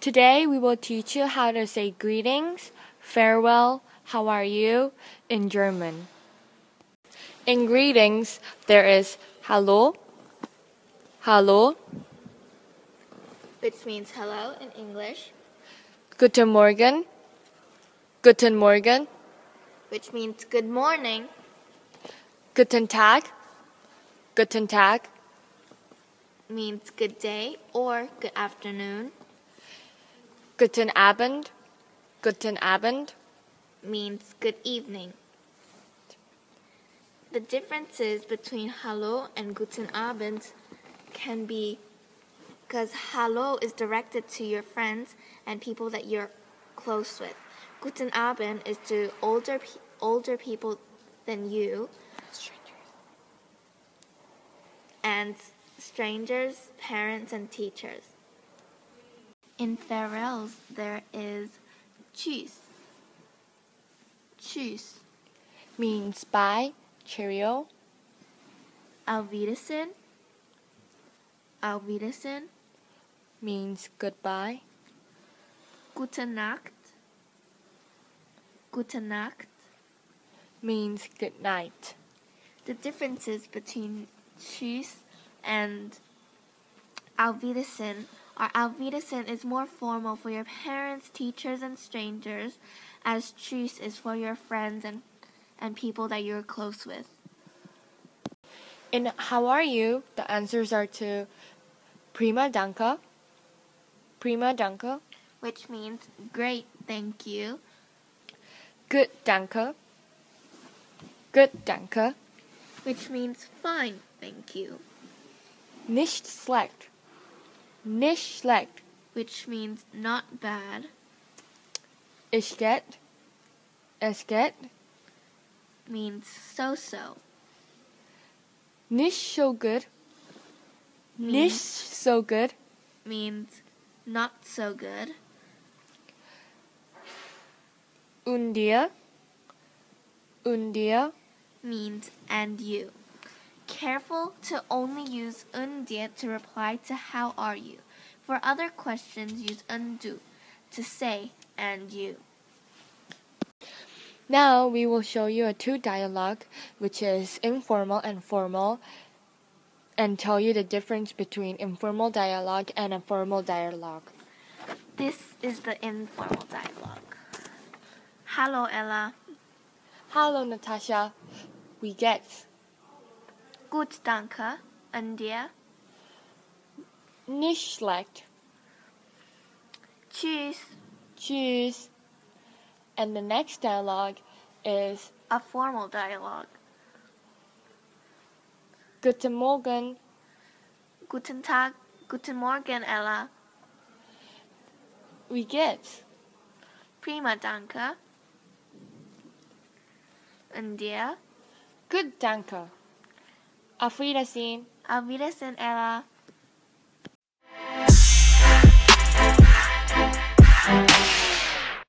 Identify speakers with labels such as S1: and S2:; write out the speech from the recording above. S1: Today we will teach you how to say greetings, farewell, how are you in German. In greetings, there is hallo, hallo,
S2: which means hello in English,
S1: guten Morgen, guten Morgen,
S2: which means good morning,
S1: guten Tag, guten Tag,
S2: means good day or good afternoon,
S1: guten Abend, guten Abend.
S2: means good evening. The differences between hello and guten Abend can be because hello is directed to your friends and people that you're close with. Guten Abend is to older pe- older people than you and strangers, parents, and teachers. In farewells, there is tschüss. Tschüss.
S1: means bye, cheerio,
S2: Auf Wiedersehen. Auf Wiedersehen.
S1: means goodbye,
S2: Gute Nacht. Gute Nacht.
S1: means good night.
S2: The differences between Tschüss and Auf Wiedersehen are Auf Wiedersehen is more formal for your parents, teachers, and strangers, as Tschüss is for your friends and, and people that you're close with.
S1: In how are you? The answers are to prima danke, prima danke,
S2: which means great, thank you.
S1: good danke, good danke,
S2: which means fine, thank you,
S1: nicht schlecht, nicht schlecht,
S2: which means not bad,
S1: ich geht, es geht,
S2: means so so,
S1: nicht so good, nicht so good,
S2: means not so good,
S1: und dir, und dir,
S2: means and you. Careful to only use und dir to reply to how are you. For other questions, use und du to say and you.
S1: Now we will show you a two dialogue, which is informal and formal, and tell you the difference between informal dialogue and a formal dialogue.
S2: This is the informal dialogue. Hello, Ella.
S1: Hello, Natasha. We get
S2: Gut, danke. Und dir?
S1: nicht schlecht.
S2: Tschüss.
S1: Tschüss. And the next dialogue is
S2: A formal dialogue.
S1: Guten Morgen.
S2: Guten Tag, guten Morgen, Ella.
S1: We get
S2: Prima, danke. Und dir?
S1: Good Danke. Auf Wiedersehen.
S2: Auf Wiedersehen, Ella.